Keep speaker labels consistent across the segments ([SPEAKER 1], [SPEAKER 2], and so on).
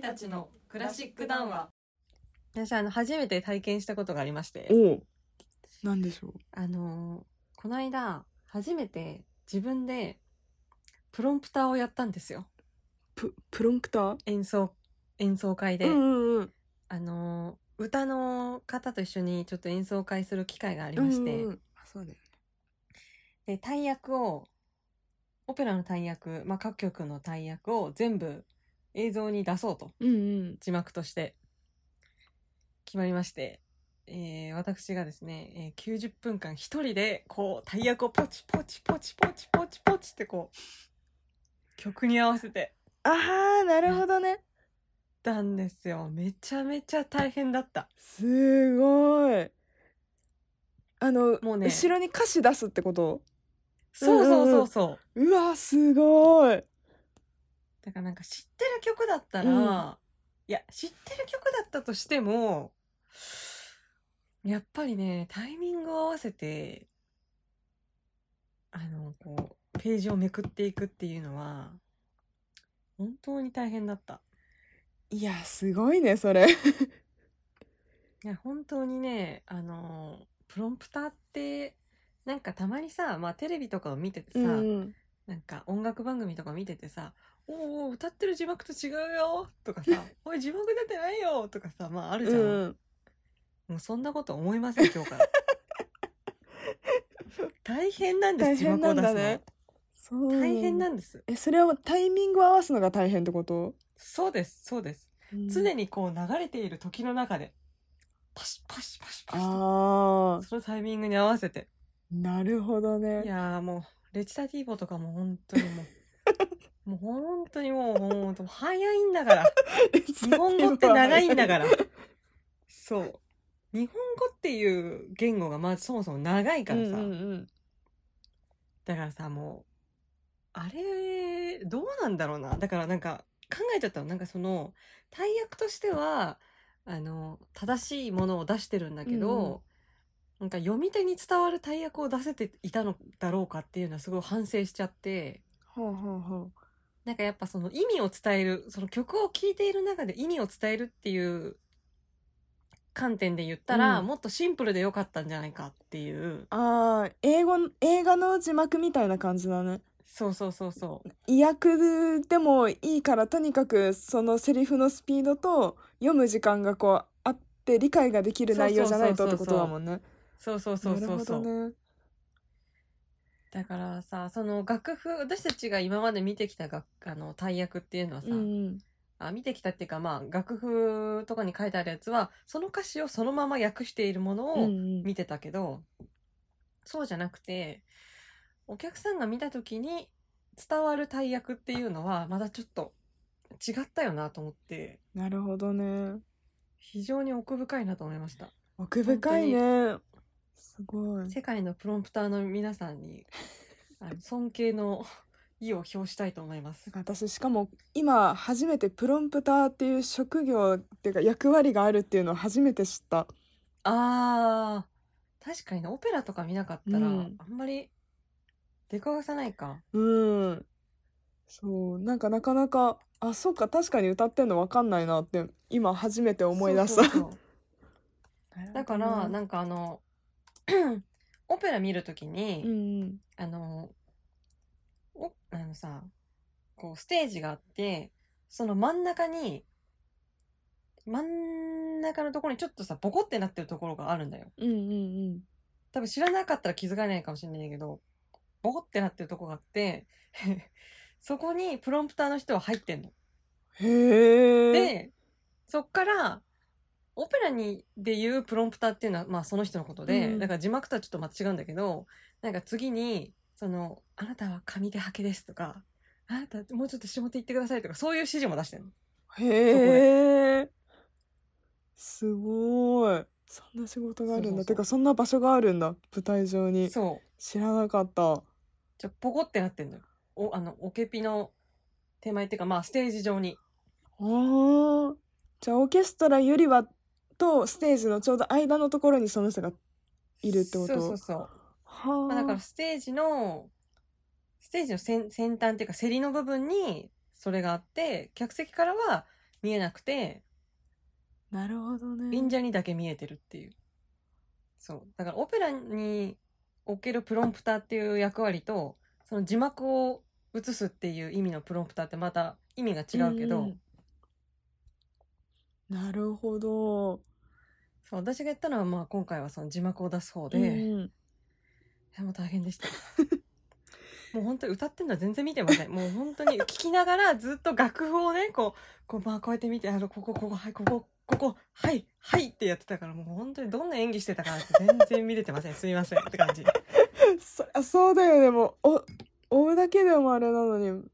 [SPEAKER 1] たちのクラシック談話。
[SPEAKER 2] 私、あの、初めて体験したことがありまして、
[SPEAKER 3] おなんでしょう
[SPEAKER 2] あのーこの間、初めて自分で、プロンプターをやったんですよ。
[SPEAKER 3] ププロンクター
[SPEAKER 2] 演奏、演奏会で。
[SPEAKER 3] うんうんうん
[SPEAKER 2] あのー歌の方と一緒にちょっと演奏会する機会がありまして、
[SPEAKER 3] うんうんうんあそうだよね
[SPEAKER 2] で、大役を、オペラの大役、まあ、各曲の大役を全部映像に出そうと。
[SPEAKER 3] うんうん
[SPEAKER 2] 字幕として決まりまして、えー私がですね、えー90分間一人でこう大役をポチポチポチポチポチポチってこう曲に合わせて
[SPEAKER 3] ああなるほどね
[SPEAKER 2] たんですよめちゃめちゃ大変だった
[SPEAKER 3] すごいあの
[SPEAKER 2] もうね
[SPEAKER 3] 後ろに歌詞出すってこと
[SPEAKER 2] そうそうそうそう、
[SPEAKER 3] うわすごい
[SPEAKER 2] だからなんか知ってる曲だったら、
[SPEAKER 3] うん
[SPEAKER 2] いや知ってる曲だったとしてもやっぱりねタイミングを合わせてあのこうページをめくっていくっていうのは本当に大変だった
[SPEAKER 3] いやすごいねそれ
[SPEAKER 2] いや本当にねあのプロンプターってなんかたまにさ、まあ、テレビとかを見ててさ、
[SPEAKER 3] うん
[SPEAKER 2] なんか音楽番組とか見ててさ「おーおー歌ってる字幕と違うよ」とか さ「おい字幕出てないよ」とかさまあある
[SPEAKER 3] う
[SPEAKER 2] じゃん、
[SPEAKER 3] ん
[SPEAKER 2] もうそんなこと思いません今日から 大変なんです
[SPEAKER 3] 大
[SPEAKER 2] 字
[SPEAKER 3] 変
[SPEAKER 2] 幕
[SPEAKER 3] な
[SPEAKER 2] を
[SPEAKER 3] ん
[SPEAKER 2] 出
[SPEAKER 3] だ
[SPEAKER 2] すの
[SPEAKER 3] ねそう
[SPEAKER 2] 大変なんです
[SPEAKER 3] えそれはタイミングを合わすのが大変ってこと、
[SPEAKER 2] そうですそうです、常にこう流れている時の中でパシッパシッパシッパシッと
[SPEAKER 3] ああ
[SPEAKER 2] そのタイミングに合わせて
[SPEAKER 3] なるほどね
[SPEAKER 2] いやーもうレチタティーボとかも本当に もうもう本当にもうもう早いんだから日本語って長いんだから ら。そう。日本語っていう言語がまずそもそも長いからさ。だからさ、もう、あれ、どうなんだろうな。だからなんか、考えちゃったの。なんかその、大役としては、あの、正しいものを出してるんだけど、なんか読み手に伝わる大役を出せていたのだろうかっていうのはすごい反省しちゃって、
[SPEAKER 3] ほうほうほう
[SPEAKER 2] なんかやっぱその意味を伝える、その曲を聴いている中で意味を伝えるっていう観点で言ったら、
[SPEAKER 3] うん
[SPEAKER 2] もっとシンプルでよかったんじゃないかっていう。
[SPEAKER 3] ああ英語の映画の字幕みたいな感じだね
[SPEAKER 2] そうそうそうそう。
[SPEAKER 3] 意訳でもいいからとにかくそのセリフのスピードと読む時間がこうあって理解ができる内容じゃないとってことだもんね
[SPEAKER 2] そうそうそうそうそう。
[SPEAKER 3] なる
[SPEAKER 2] だからさ、その楽譜、私たちが今まで見てきた楽あの大役っていうのは
[SPEAKER 3] ほ
[SPEAKER 2] さ、
[SPEAKER 3] どねうん
[SPEAKER 2] あ見てきたっていうかまあ楽譜とかに書いてあるやつは、その歌詞をそのまま訳しているもの
[SPEAKER 3] うんう
[SPEAKER 2] を
[SPEAKER 3] ん
[SPEAKER 2] 見てたけど、そうじゃなくてお客さんが見た時に伝わる大役っていうのはまだちょっと違ったよなと思って
[SPEAKER 3] なるほどね
[SPEAKER 2] 非常に奥深いなと思いました
[SPEAKER 3] 奥深いねすごい
[SPEAKER 2] 世界のプロンプターの皆さん にあの尊敬の意を表したいと思います
[SPEAKER 3] 私しかも今初めてプロンプターっていう職業っていうか役割があるっていうのを初めて知った
[SPEAKER 2] あー確かにねオペラとか見なかったら、
[SPEAKER 3] うん
[SPEAKER 2] あんまり出くわさないか
[SPEAKER 3] うんそうなんかなかなかあそうか確かに歌ってんの分かんないなって今初めて思い出した
[SPEAKER 2] そ うそうそうだから
[SPEAKER 3] ん
[SPEAKER 2] なんかあの オペラ見るときに、
[SPEAKER 3] うん
[SPEAKER 2] あの、お、あのさ、こうステージがあって、その真ん中に、真ん中のところにちょっとさ、ボコってなってるところがあるんだよ。
[SPEAKER 3] うんうん
[SPEAKER 2] 多分知らなかったら気づかないかもしれないけど、ボコってなってるとこがあって、 そこにプロンプターの人は入ってんの。
[SPEAKER 3] うんへえ
[SPEAKER 2] で、そっから、オペラにで言うプロンプターっていうのは、まあその人のことで、
[SPEAKER 3] うん
[SPEAKER 2] だから字幕とはちょっとまた違うんだけど、なんか次に、その、あなたは紙でハケですとか、あなたもうちょっと下手行ってくださいとか、そういう指示も出してるの。
[SPEAKER 3] へえすごいそんな仕事があ
[SPEAKER 2] そうそ
[SPEAKER 3] るんだ
[SPEAKER 2] うそう
[SPEAKER 3] てかそんな場所があるんだ舞台上に
[SPEAKER 2] そう。
[SPEAKER 3] 知らなかった
[SPEAKER 2] ちょ、ポコってなってんのよ。お、あの、オケピの手前っていうか、まあステージ上に。
[SPEAKER 3] ああ。じゃあオーケストラよりはとステージのちょうど間のところにその人がいるってこ
[SPEAKER 2] そ
[SPEAKER 3] と
[SPEAKER 2] うそうそう。
[SPEAKER 3] は
[SPEAKER 2] まあ、だからステージの、ステージの先先端っていうか、セリの部分にそれがあって、客席からは、見えなくて、
[SPEAKER 3] なるほどね
[SPEAKER 2] 演者にだけ見えてるっていう。そう。だからオペラにおけるプロンプターっていう役割と、その字幕を映すっていう意味のプロンプターってまた意味が違うけど、
[SPEAKER 3] んなるほど
[SPEAKER 2] そう私が言ったのはまあ今回はその字幕を出す方で、い
[SPEAKER 3] うん
[SPEAKER 2] やもう大変でした。 もう本当に歌ってんのは全然見てません。もう本当に聞きながらずっと楽譜をね、こう、こう、まあこうやって見て、あの、ここ、ここ、はい、ここ、ここ、はい、はいってやってたから、もう本当にどんな演技してたかなんて全然見れてません。すいませんって感じ。
[SPEAKER 3] そりゃそうだよねもうお追うだけでもあれなのに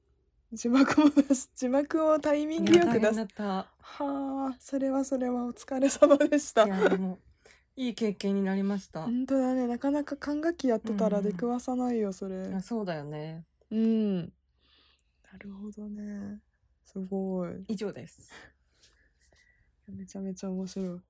[SPEAKER 3] 字幕も出す字幕をタイミングよく
[SPEAKER 2] いや
[SPEAKER 3] 出
[SPEAKER 2] 大変だ
[SPEAKER 3] す
[SPEAKER 2] った。
[SPEAKER 3] はあそれはそれはお疲れ様でした
[SPEAKER 2] いやでもいい経験になりました。
[SPEAKER 3] 本当だねなかなか管楽器やってた
[SPEAKER 2] う
[SPEAKER 3] ら
[SPEAKER 2] んうん
[SPEAKER 3] 出くわさないよそれ
[SPEAKER 2] あそうだよね。
[SPEAKER 3] うんなるほどねすごい
[SPEAKER 2] 以上です。
[SPEAKER 3] めちゃめちゃ面白い